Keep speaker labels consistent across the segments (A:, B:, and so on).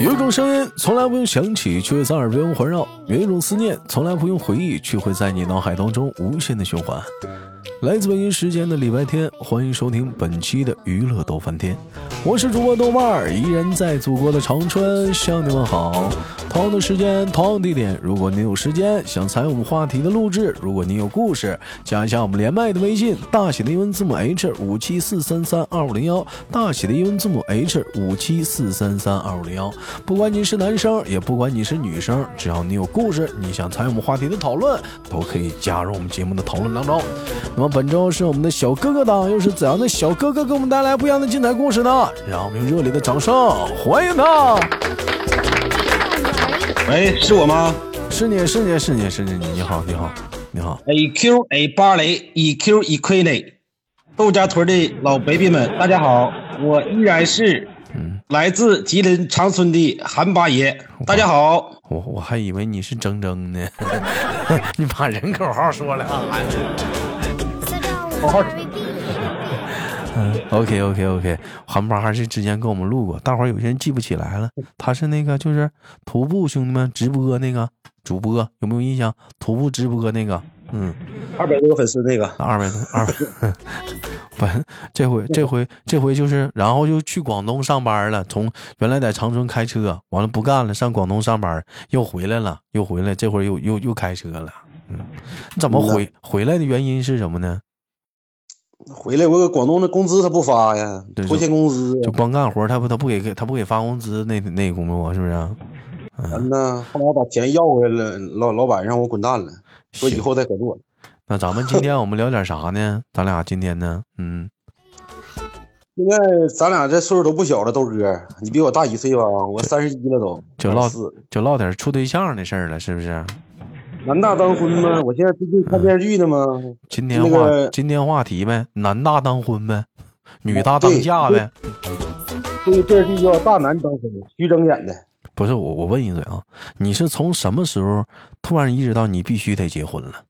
A: 有一种声音从来不用想起，却会在耳边环绕；有一种思念从来不用回忆，却会在你脑海当中无限的循环。来自北京时间的礼拜天，欢迎收听本期的娱乐逗翻天，我是主播豆瓣儿，依然在祖国的长春向你问好。同样的时间，同样地点，如果您有时间想参与我们话题的录制，如果您有故事，加一下我们连麦的微信，大写的英文字母 H 五七四三三二五零幺，大写的英文字母 H 五七四三三二五零幺。不管你是男生，也不管你是女生，只要你有故事，你想参与我们话题的讨论，都可以加入我们节目的讨论当中。那么本周是我们的小哥哥党，又是怎样的小哥哥给我们带来不一样的精彩故事呢？让我们用热烈的掌声欢迎他！
B: 喂，哎是我吗
A: 是你，是你，是你，是你，你好，你好，你好。
B: ？A Q A 芭蕾，E Q E 傀儡，窦家屯的老 baby 们，大家好，我依然是
A: 嗯
B: 来自吉林长春的韩八爷，大家好。
A: 我我还以为你是铮铮呢， 你把人口号说了。
B: 好好
A: OK OK OK，韩八还是之前跟我们录过，大伙儿有些人记不起来了，
B: 嗯
A: 他是那个就是徒步兄弟们直播那个主播，有没有印象？徒步直播那个，嗯，
B: 二百多个粉丝那个，
A: 二百多二百， 反正这回这回这回就是，然后就去广东上班了，从原来在长春开车，完了不干了，上广东上班，又回来了，又回来，这回又又又开车了。嗯，你怎么
B: 嗯
A: 回回来的原因是什么呢？
B: 回来我搁广东的工资他不发呀
A: 对，
B: 拖欠工资。
A: 就光干活，他不他不给他不给发工资那那工作是不是啊、
B: 嗯呐，后来我把钱要回来了，老老板让我滚蛋了，说以
A: 行
B: 后再合作。
A: 那咱们今天我们聊点啥呢？咱俩今天呢，嗯，
B: 现在咱俩这岁数都不小了，豆哥，你比我大一岁吧？我三十一了都，
A: 就唠
B: 四。
A: 就唠点处对象的事儿了，是不是？
B: 男大当婚吗？我现在最近看电视剧呢吗？
A: 今天
B: 那
A: 话、
B: 个哦
A: 今天话题呗，男大当婚呗，女大当
B: 对
A: 嫁
B: 对
A: 呗。
B: 这个电视剧叫《大男当婚》，徐峥演的。
A: 不是我，我问一嘴啊，你是从什么时候突然意识到你必须得结婚了？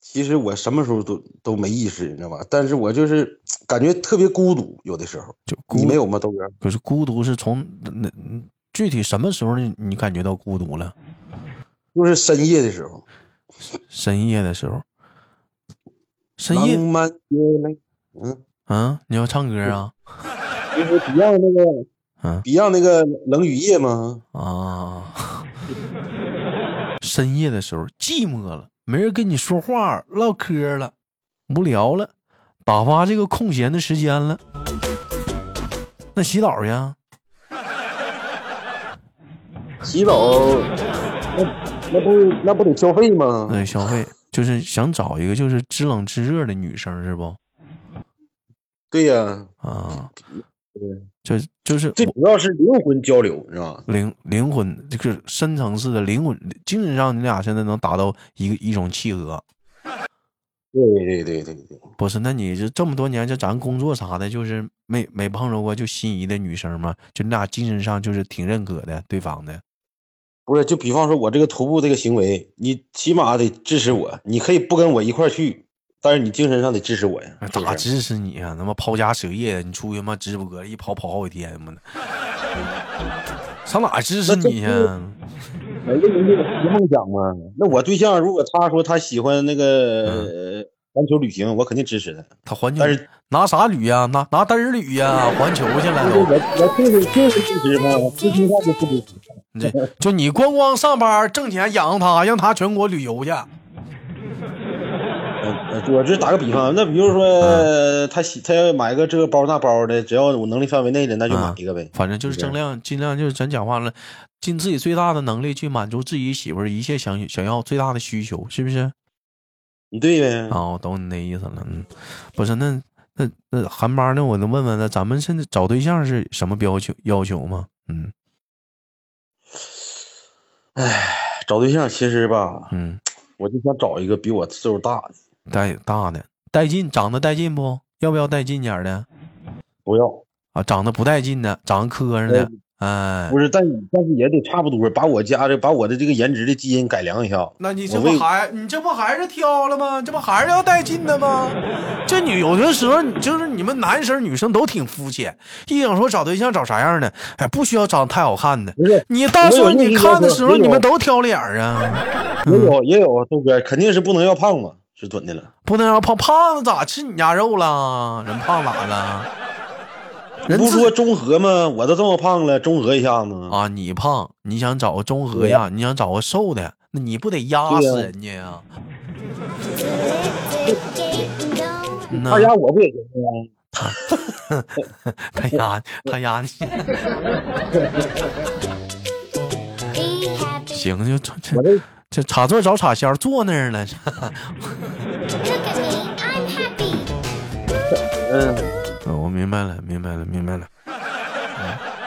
B: 其实我什么时候都都没意识，你知道吧？但是我就是感觉特别孤独，有的时候。
A: 就
B: 你
A: 孤
B: 没有吗，豆哥？
A: 可是孤独是从那具体什么时候你你感觉到孤独了？
B: 就是深夜的时候，
A: 深夜的时候，深
B: 浪
A: 夜
B: 漫夜来，嗯，
A: 啊，你要唱歌啊
B: 就是 Beyond 那个
A: 嗯
B: Beyond 那个《冷雨夜》吗？
A: 啊！深夜的时候寂寞了，没人跟你说话唠嗑了，无聊了，打发这个空闲的时间了，那洗澡去啊？
B: 洗澡，那那不那不得消费吗？
A: 对，消费哎就是想找一个就是知冷知热的女生是不？
B: 对呀、
A: 啊
B: 对，
A: 这就是
B: 最主要是灵魂交流，你知道吧？
A: 灵灵魂，就是深层次的灵魂，精神上你俩现在能达到一个一种契合，
B: 对对对对对，
A: 不是？那你这这么多年，这咱工作啥的，就是没没碰着过就心仪的女生吗？就你俩精神上就是挺认可的对方的，
B: 不是，就比方说我这个徒步这个行为，你起码得支持我，你可以不跟我一块儿去，但是你精神上得支持我呀。是不
A: 咋
B: 是
A: 支持你啊？他妈抛家舍业，你出去他妈直播一跑跑好几天，妈的，上哪支持
B: 那这
A: 你呀、
B: 每个人都有提梦想嘛。那我对象如果他说他喜欢那个呃环球旅行，我肯定支持他。
A: 他环球
B: 但是
A: 拿啥旅呀、拿拿单儿旅呀、环球去了
B: 我
A: 都。
B: 我就是就是支持嘛，我支持他就不支持。
A: 你这就你光光上班挣钱养活他，让他全国旅游去。
B: 呃呃我只打个比方，那比如
A: 嗯
B: 说他喜他要买个这个包那包的，只要我能力范围内的，那就
A: 嗯
B: 买一个呗。
A: 反正就是
B: 是这
A: 尽
B: 样
A: 量尽量就是咱讲话了，尽自己最大的能力去满足自己媳妇儿一切想想要最大的需求，是不是？
B: 你对呗？
A: 啊，我懂你那意思了。嗯，不是那那那韩妈呢？我能问问呢，咱们现在找对象是什么要求要求吗？嗯
B: 找对象其实吧，
A: 嗯，
B: 我就想找一个比我岁数大的，
A: 带大的带劲，长得带劲不？要不要带劲点儿的
B: 不要。
A: 啊？长得不带劲的，长得磕碤的
B: 呃
A: 哎
B: 不，是，但但是也得差不多，把我家的把我的这个颜值的基因改良一下。
A: 那你这
B: 我
A: 不
B: 为
A: 还你这不还是挑了吗？这不还是要带劲的吗？这你有的时候你就是你们男生女生都挺肤浅，一想说找对象找啥样的，哎，不需要长得太好看的。
B: 不是，
A: 你到时候你看的时候，
B: 我有
A: 你们都挑脸儿啊，
B: 也有也有豆哥，肯定是不能要胖子，是准的了。
A: 不能让胖胖子咋吃你家肉了？人胖咋了？人
B: 不
A: 自
B: 说中和吗？我都这么胖了，中和一下子吗？
A: 啊，你胖，你想找个中和呀？你想找个瘦的，那你不得压
B: 嗯对呀
A: 死人家呀？啊那
B: 他家我不也行吗？
A: 他压他压你，行就这
B: 我
A: 这
B: 这
A: 这插座找插销坐那 儿了，
B: 嗯，
A: 嗯，我明白了，明白了，明白 了。嗯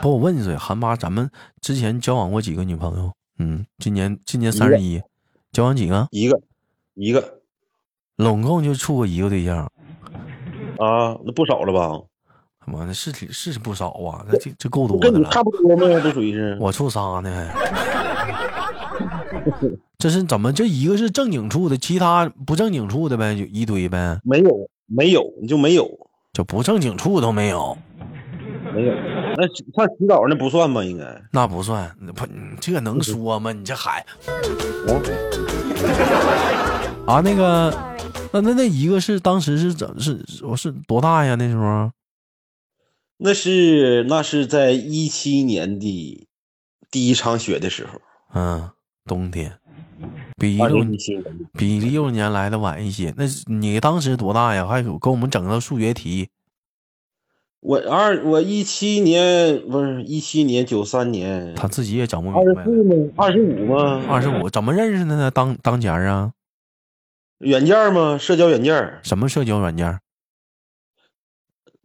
A: 不，我问你嘴，韩妈，咱们之前交往过几个女朋友？嗯，今年今年三十一，交往几个？
B: 一个一个
A: 拢共就处过一个对象，
B: 啊，那不少了吧？
A: 他妈的是挺是不少啊，那这这够多
B: 跟
A: 的
B: 你
A: 了。
B: 差不多嘛，都属于是。
A: 我处仨呢， 这是怎么？这一个是正经处的，其他不正经处的呗，就一堆呗，
B: 没有没有，你就没有
A: 就不正经处都没有。
B: 没有。那上洗澡那不算吧？应该
A: 那不算，那不这能说吗？你这还 啊那个，那那那一个是当时是怎是是我是多大呀？那时候啊
B: 那是那是在一七年的第一场雪的时候，
A: 嗯，冬天，比一
B: 二
A: 六
B: 零一七年的。
A: 比一六年来的晚一些。那是你当时多大呀？还有给我们整个数学题，
B: 我二我一七年不是一七年九三年，
A: 他自己也整不
B: 二
A: 明白
B: 十四
A: 了。
B: 吗？二十五吗？
A: 二十五怎么认识的呢？当当前儿啊，
B: 软件吗？社交软件
A: 什么社交软件儿？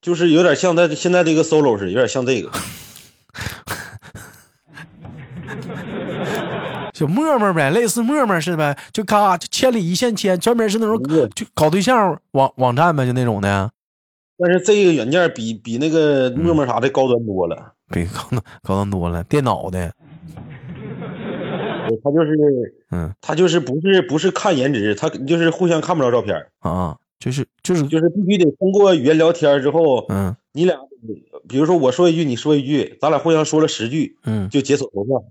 B: 就是有点像在现在这个 solo 似的，有点像这个。
A: 就陌陌呗，类似陌陌似的呗，就嘎就千里一线牵，专门是那种
B: 嗯
A: 就搞对象网网站呗，就那种的，
B: 但是这个软件比比那个
A: 嗯
B: 陌陌啥的高端多了，
A: 比高端高端多了，电脑的，
B: 它就是
A: 嗯
B: 它就是不是不是看颜值，它就是互相看不着照片，
A: 啊，就是就是
B: 就是必须得通过语言聊天之后，
A: 嗯
B: 你俩比如说我说一句，你说一句，咱俩互相说了十句
A: 嗯
B: 就解锁头像，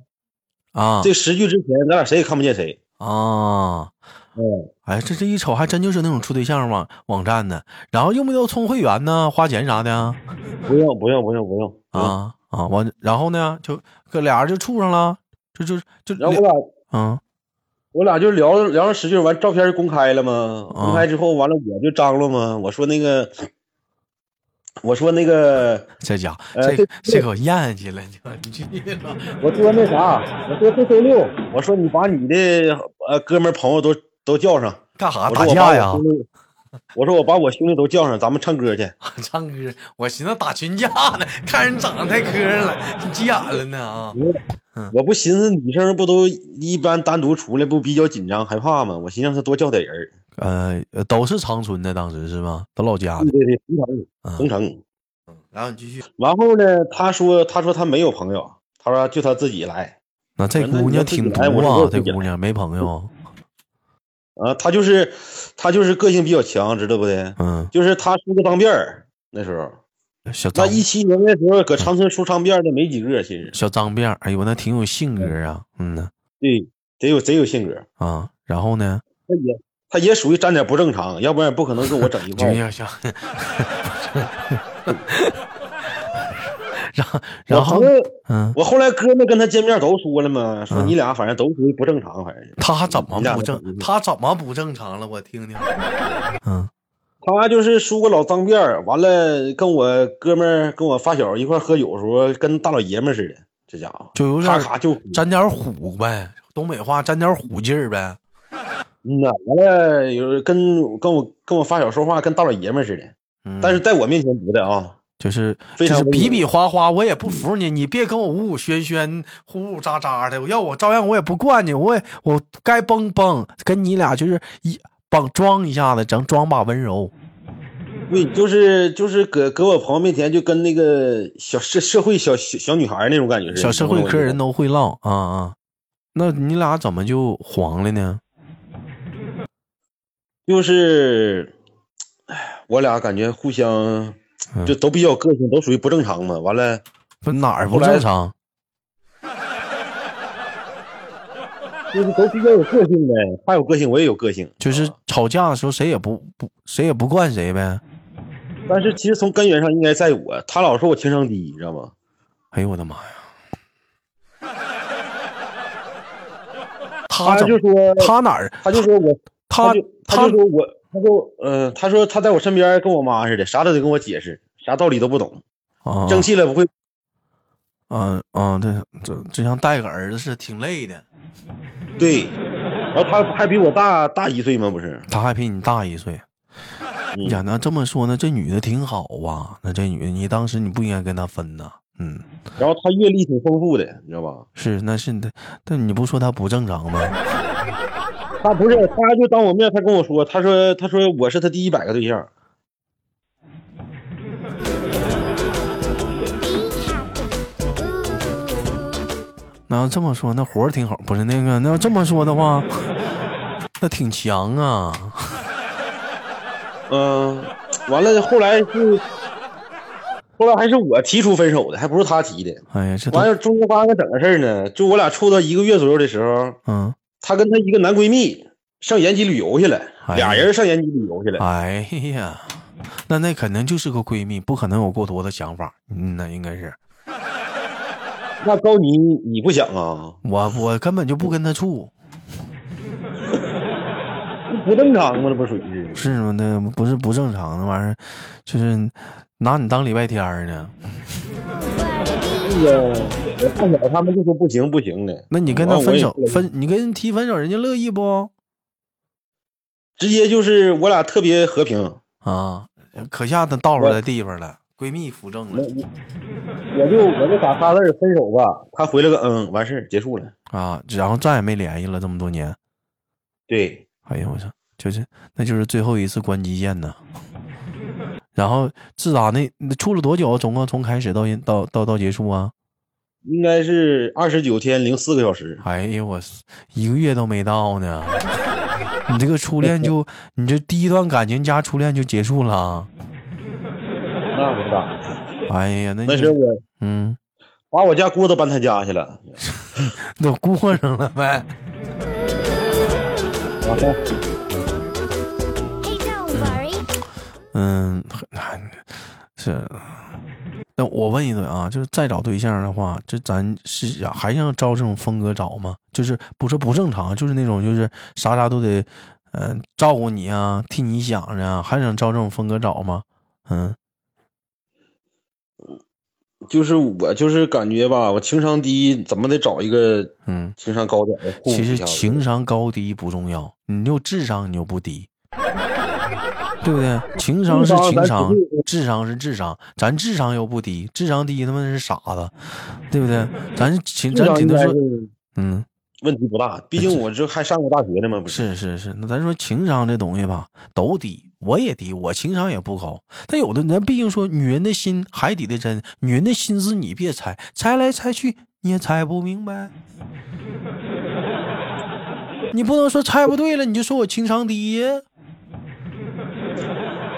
A: 啊
B: 这十句之前咱俩谁也看不见谁。
A: 啊，
B: 嗯，
A: 哎，这这一瞅还真就是那种处对象网网站的，然后用不用充会员呢？花钱啥的啊
B: 不用不用不用不用。嗯
A: 啊啊，完、然后呢就搁俩人就处上了，就就就
B: 然后我俩
A: 嗯
B: 我俩就聊聊上十句，完照片就公开了嘛。
A: 啊
B: 公开之后，完了我就张罗嘛，我说那个，我说那个，
A: 这家伙
B: 呃
A: 这
B: 这
A: 这口咽去了，你去你 了。
B: 我说那啥，我说这周六，我说你把你的呃哥们儿朋友都都叫上，
A: 干啥
B: 我说
A: 打
B: 我把
A: 架
B: 我
A: 呀
B: 兄？弟，我说我把我兄弟都叫上，咱们唱歌去。
A: 唱歌，我寻思打群架呢，看人长得太磕碜了，急眼了呢啊！
B: 我不寻思女生不都一般单独出来不比较紧张害怕吗？我寻思让他多叫点人儿。嗯
A: 呃，呃都是长春的，当时是吧？都老家
B: 对
A: 的。
B: 对对，同城
A: 啊
B: 同城。
A: 然后你继续。
B: 嗯然后呢，他说他说他没有朋友，他说就他自己来。
A: 那这姑娘挺毒
B: 哎我
A: 啊
B: 说，
A: 这
B: 自己来
A: 姑娘没朋 友。
B: 啊，他就是他就是个性比较强，知道不得？
A: 嗯，
B: 就是他梳个脏辫儿，那时候，
A: 小张
B: 那一七年那时候搁长春梳长辫儿的没几个，其实
A: 小脏辫儿，哎呦，那挺有性格啊。嗯呐
B: 对，得有贼有性格。
A: 啊，然后呢，
B: 他也他也属于沾点不正常，要不然也不可能跟我整 一
A: 就
B: 块儿。
A: 要 像。然后，然后
B: 我，朋友
A: 嗯，
B: 我后来哥们跟他见面都说了嘛，说
A: 嗯
B: 你俩反正都属于不正常，反正是
A: 他怎么
B: 你俩
A: 不
B: 都
A: 正？
B: 懂
A: 他怎么不正常了？我听 听。嗯，
B: 他就是梳个老脏辫儿，完了跟我哥们儿跟我发小一块儿喝酒的时候，跟大老爷们儿似的，这家伙
A: 就有点
B: 咔咔就
A: 沾点虎呗，东北话沾点虎劲儿呗。
B: 嗯呐，完了有跟跟我跟我发小说话跟大老爷们儿似的，
A: 嗯、
B: 但是在我面前不的啊。
A: 就是就
B: 非常
A: 是
B: 温
A: 比
B: 柔嗯
A: 比划划，我也不服你，你别跟我五五喧喧、呼呼喳喳的，要我照样我也不惯你，我也我该崩崩，跟你俩就是一绑装一下子，整装把温柔。
B: 对，就是就是搁搁我朋友面前就跟那个小社社会小小小女孩那种感觉似的，
A: 小社会科人都会唠啊啊。那你俩怎么就黄了呢？
B: 就是，哎，我俩感觉互相
A: 嗯
B: 就都比较个性，都属于不正常嘛。完了，
A: 不哪儿不
B: 后来啊
A: 正常？
B: 就是都比较有个性呗，他有个性，我也有个性。啊
A: 就是吵架的时候谁也不不谁也不惯谁呗。
B: 但是其实从根源上应该在我，他老说我情商低，你知道吗？
A: 哎呦我的妈呀！他
B: 他
A: 怎
B: 就
A: 么
B: 说，
A: 他哪儿
B: 他就说我，
A: 他
B: 就
A: 他
B: 他就说我，他说，嗯、他说他在我身边跟我妈似的，啥都得跟我解释，啥道理都不懂，
A: 啊
B: 生气了不会
A: 啊啊！对，这这像带个儿子似的，挺累的。
B: 对。然后他还比我大大一岁嘛，不是？
A: 他还比你大一岁。
B: 嗯
A: 呀，那这么说呢，这女的挺好啊。那这女的，你当时你不应该跟她分呐。嗯，
B: 然后他阅历挺丰富的，你知道吧？
A: 是，那是的，但你不说她不正常吗？
B: 他不是，他就当我面，他跟我说，他说，他说我是他第一百个对象。
A: 那要这么说，那活儿挺好，不是那个，那要这么说的话，那挺强啊。
B: 嗯，完了，后来是，后来还是我提出分手的，还不是他提的。
A: 哎呀，这都
B: 完了，中间发生个怎个事儿呢？就我俩处到一个月左右的时候，
A: 嗯，
B: 她跟她一个男闺蜜上延吉旅游去了，
A: 哎呀
B: 俩人上延吉旅游去了。
A: 哎呀，那那可能就是个闺蜜，不可能有过多的想法。嗯，那应该是
B: 那高尼你不想啊？
A: 我，我根本就不跟她处，
B: 不正常吗？这不属于是？
A: 是吗？那不是不正常那玩意儿，就是拿你当礼拜天儿呢。
B: 那个呃我发小他们就说不行不行的，
A: 那你跟他
B: 完我
A: 分
B: 也
A: 手
B: 不乐意
A: 分，你跟人提分手，人家乐意不？
B: 直接就是我俩特别和平。
A: 啊，可下他到
B: 我
A: 了地方了，闺蜜扶正
B: 我
A: 了
B: 我就我就打仨字儿分手吧，他回了个嗯，完事儿结束了。
A: 啊，然后再也没联系了，这么多年。
B: 对，
A: 哎呀，我操，就是那就是最后一次关机键呐。然后自打那那处了多久啊？总共从开始到现到到到结束啊？
B: 应该是二十九天零四个小时。
A: 哎呀，我是一个月都没到呢。你这个初恋就，你这第一段感情加初恋就结束了。
B: 那不大，
A: 哎呀，那你
B: 那是我
A: 嗯，
B: 把我家锅都搬他家去了。
A: 都过上了呗。
B: 然后
C: Hey, don't worry.
A: 嗯，那是。那我问一嘴啊，就是再找对象的话，这咱是想还想照这种风格找吗？就是不是不正常，啊就是那种就是啥啥都得，嗯、照顾你啊，替你想着啊，还想照这种风格找吗？嗯，
B: 就是我就是感觉吧，我情商低，怎么得找一个
A: 嗯
B: 情商高点的互补
A: 其
B: 一
A: 实
B: 下子
A: 情商高低不重要，你就智商你就不低，对不对？情商是情
B: 智商咱
A: 商
B: 不是，
A: 智商是智商，咱智商又不低，智商低他妈是傻子，对不对？咱情
B: 智
A: 咱
B: 商
A: 只
B: 应
A: 能
B: 该
A: 说
B: 是，
A: 嗯，
B: 问题不大，毕竟我这还上过大学呢嘛，不是？
A: 是是是，那咱说情商这东西吧，都低，我也低，我情商也不高。但有的人毕竟说，女人的心海底的针，女人的心思你别猜，猜来猜去你也猜不明白。 你不能说猜不对了，你就说我情商低呀。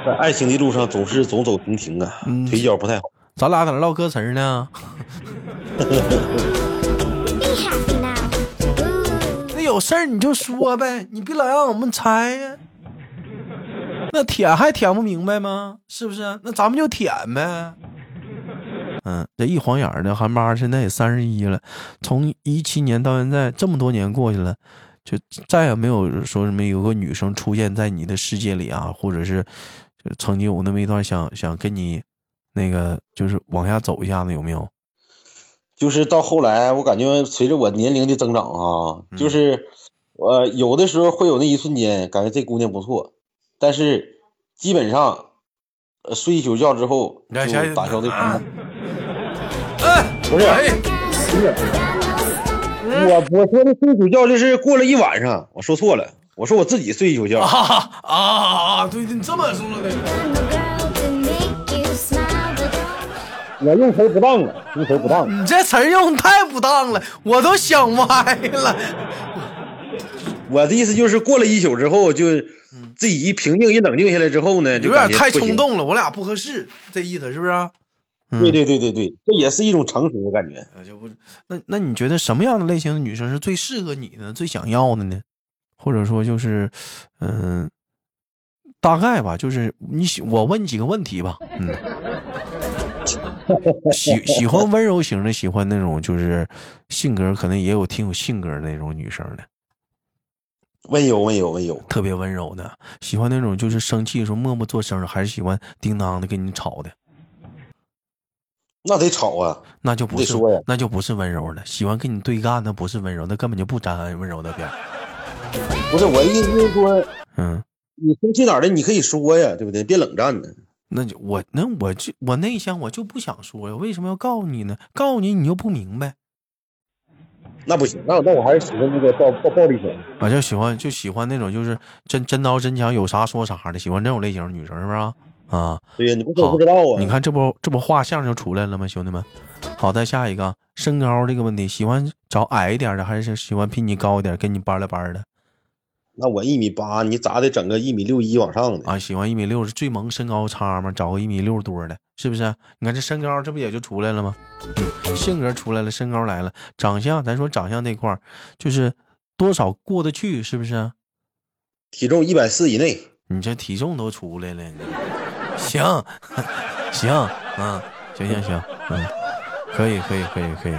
B: 在爱情的路上总是总走停停啊，
A: 嗯
B: 腿脚不太好。
A: 咱俩在那唠歌词儿呢，
C: Be happy now. Ooh.
A: 那有事儿你就说呗，你别老让我们猜呀。那舔还舔不明白吗？是不是？那咱们就舔呗。嗯，这一晃眼儿呢，韩八现在也三十一了，从一七年到现在这么多年过去了，就再也没有说什么有个女生出现在你的世界里啊，或者是就曾经有那么一段想想跟你那个就是往下走一下子，有没有？
B: 就是到后来，我感觉随着我年龄的增长啊，
A: 嗯
B: 就是呃，有的时候会有那一瞬间，感觉这姑娘不错，但是基本上，呃，睡一宿觉之后
A: 你看
B: 就打消这姑
A: 啊哎
B: 娘。不是，
A: 嗯
B: 我我说的睡一宿觉就是过了一晚上，我说错了，我说我自己睡一宿觉，
A: 啊啊啊！对，你这么说的。
C: I'm a girl
D: 我用词不当了，用词不当了。
A: 你这词儿用太不当了，我都想歪了。
B: 我的意思就是，过了一宿之后，就自己一平静一冷静下来之后呢，就
A: 嗯有点
B: 感觉
A: 太
B: 不行
A: 冲。动了，我俩不合适，这意思是不是啊？
B: 对对对对对，这也是一种成熟的感觉。
A: 呃就不那那你觉得什么样的类型的女生是最适合你的、最想要的呢？或者说就是，嗯、大概吧，就是你喜我问你几个问题吧，嗯，喜喜欢温柔型的，喜欢那种就是性格可能也有挺有性格的那种女生的，
B: 温柔温柔温柔，
A: 特别温柔的，喜欢那种就是生气的时候默默做声儿，还是喜欢叮当的跟你吵的，
B: 那得吵啊！
A: 那就不
B: 你
A: 是
B: 得说呀
A: 那就不是温柔了，喜欢跟你对干那不是温柔，那根本就不沾温柔的边儿，
B: 不是我的意思就是说，
A: 嗯。
B: 你生气哪儿了，你可以说呀，对不对？别冷战呢。
A: 那就我那我就我内向，我就不想说呀。为什么要告诉你呢？告诉你你又不明白，
B: 那不行，那
D: 那那我还是喜欢那个暴暴暴力型，
A: 我就喜欢就喜欢那种就是真真刀真枪，有啥说啥的，喜欢这种类型的女生是不是啊？啊，
B: 对呀，你不说我
A: 好
B: 不知道啊。
A: 你看这不这不画像就出来了吗，兄弟们？好，再下一个啊身高这个问题，喜欢找矮一点的，还是喜欢比你高一点，跟你班儿来班儿的
B: 那我一米八，你咋得整个一米六一往上的？
A: 啊？喜欢一米六是最萌身高差吗？找个一米六多的，是不是？你看这身高，这不也就出来了吗？性格出来了，身高来了，长相，咱说长相那块儿，就是多少过得去，是不是？
B: 体重一百四以内，
A: 你这体重都出来了，你行行，嗯，行行行，嗯，可以可以可以可以，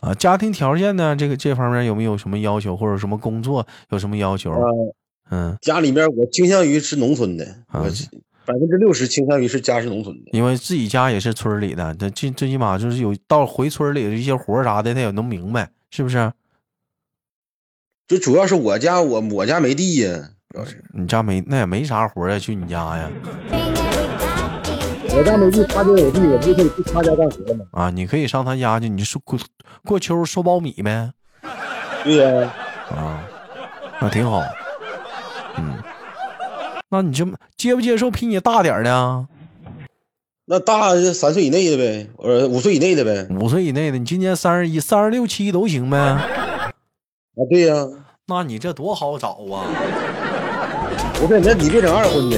A: 啊，家庭条件呢，这个这方面有没有什么要求，或者什么工作有什么要求？嗯，
B: 家里面我倾向于是农村的，
A: 啊
B: 我百分之六十倾向于是家是农村的。
A: 因为自己家也是村儿里的，这最最起码就是有到回村儿里的一些活儿啥的，他也能明白，是不是？
B: 就主要是我家我我家没地呀，主要是
A: 你家没那也没啥活儿呀，去你家呀？
C: Bring everybody
D: 我家没地，他家有地，我不就可以去他家干活吗？
A: 啊，你可以上他家去，你是过过秋儿收苞米呗，
B: 对呀、
A: 啊，那挺好，嗯，那你这么接不接受比你大点儿的啊？
B: 那大三岁以内的呗，呃，五岁以内的呗。
A: 五岁以内的，你今年三十一、三十六七都行呗？
B: 啊，对呀、
A: 那你这多好找啊！
B: 不是，那你别整二婚的，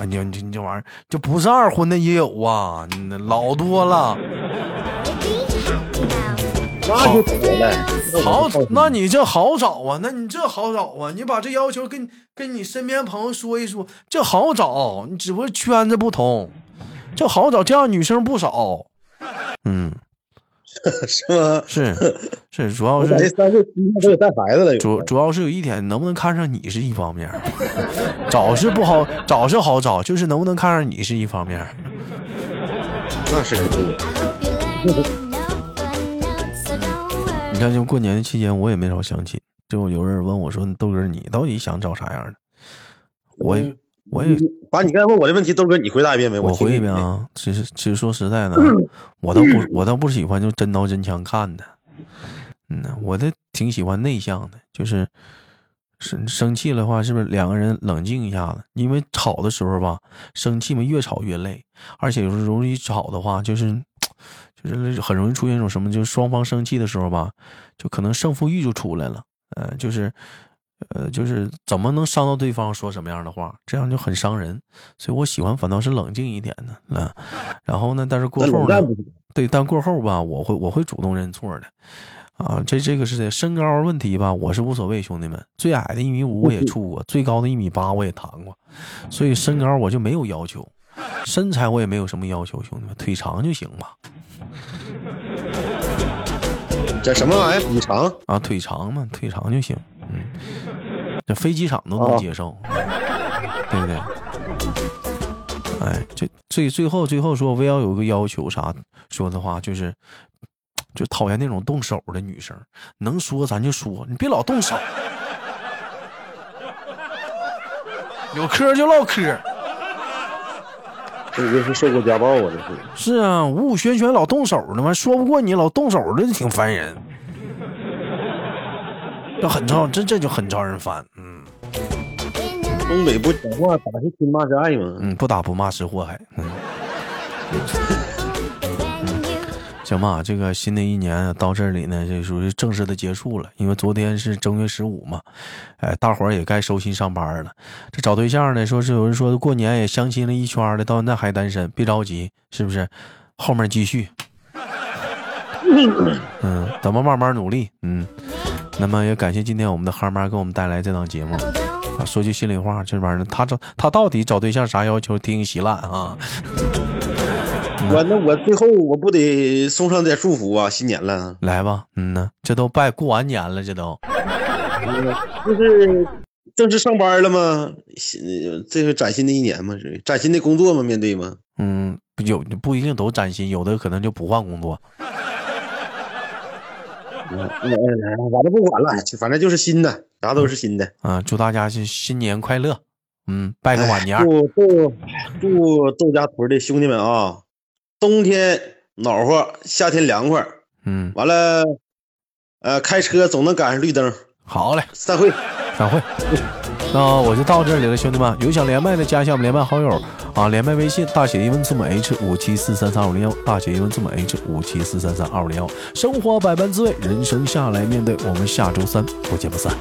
A: 哎呀，你这你这玩意儿，就不是二婚的也有啊，你那老多了。
C: be happy now.
B: 那就妥了。
A: 好，那你这好找啊，那你这好找啊，你把这要求跟跟你身边朋友说一说，这好找，你只不过圈子不同，这好找，这样女生不少。嗯，
B: 是吗？
A: 是是，主要
D: 我感觉
A: 是
D: 三岁七岁都有带孩子了，有
A: 主主要是有一点，能不能看上你是一方面，找是不好找是好找，就是能不能看上你是一方面。
B: 那是肯定的。
C: You learning no fun notes, so don't worry.
A: 你看，就过年期间，我也没少相亲，就有人问我说：“豆哥，你到底想找啥样的？”我也我也
B: 把你刚才问我的问题，豆哥你回答一遍没？
A: 我
B: 听
A: 回一
B: 听
A: 遍。啊，其实其实说实在的啊，我倒不我倒不喜欢就真刀真枪看的，嗯呐，我的挺喜欢内向的，就是生生气了的话，是不是两个人冷静一下子？因为吵的时候吧，生气嘛越吵越累，而且有时候容易吵的话，就是就是很容易出现一种什么，就是双方生气的时候吧，就可能胜负欲就出来了，呃，就是。呃，就是怎么能伤到对方说什么样的话，这样就很伤人。所以我喜欢反倒是冷静一点的啊。然后呢，但是过
D: 那
B: 啊
A: 后
D: 冷
A: 呢
D: 战，不行，
A: 对，但过后吧，我会我会主动认错的，啊，这这个是的，身高问题吧，我是无所谓，兄弟们，最矮的一米五我也处过，最高的一米八我也谈过，所以身高我就没有要求，身材我也没有什么要求，兄弟们，腿长就行吧，
B: 这什么玩意儿？补偿？
A: 啊，腿长嘛，腿长就行，嗯，这飞机场都能接受，对不对？哎，这最最后最后说，非要有个要求啥说的话，就是就讨厌那种动手的女生，能说咱就说，你别老动手，有嗑就唠嗑。
B: 这我是受过家暴啊，这是。
A: 是啊，五五玄玄老动手呢嘛，说不过你老动手的挺烦人，这很招这这就很招人烦，嗯。
B: 东北不讲话，打是亲骂是爱吗？
A: 嗯，不打不骂是祸害。嗯， 行吧，这个新的一年到这里呢，这属于正式的结束了。因为昨天是正月十五嘛，哎，大伙儿也该收心上班了。这找对象呢，说是有人说过年也相亲了一圈儿了，到现在还单身，别着急，是不是？后面继续， 嗯，咱们慢慢努力，嗯。那么也感谢今天我们的哈妈给我们带来这档节目。啊，说句心里话，这玩意儿他找他到底找对象啥要求，听稀烂啊！
B: 我那我最后我不得送上点祝福啊，新年了，
A: 来吧，嗯呐，这都拜过完年了，这都。
B: 就是正式上班了吗？新这是崭新的一年吗？是崭新的工作吗？面对吗？
A: 嗯，有不一定都崭新，有的可能就不换工作。
B: 哎哎我都不管了，反正就是新的，啥都是新的。
A: 啊，祝大家是新年快乐，嗯，拜个晚年儿，
B: 祝祝祝窦家屯的兄弟们啊，冬天暖和，夏天凉快，
A: 嗯，
B: 完了，呃，开车总能赶上绿灯。
A: 好嘞，
B: 散会。
A: 散会。那我就到这里了，兄弟们，有想连麦的加一下我们连麦好友啊，连麦微信大写英文字母 H 五七四三三二五零幺，大写英文字母 H 五七四三三二五零幺。生活百般滋味，人生下来面对，我们下周三不见不散。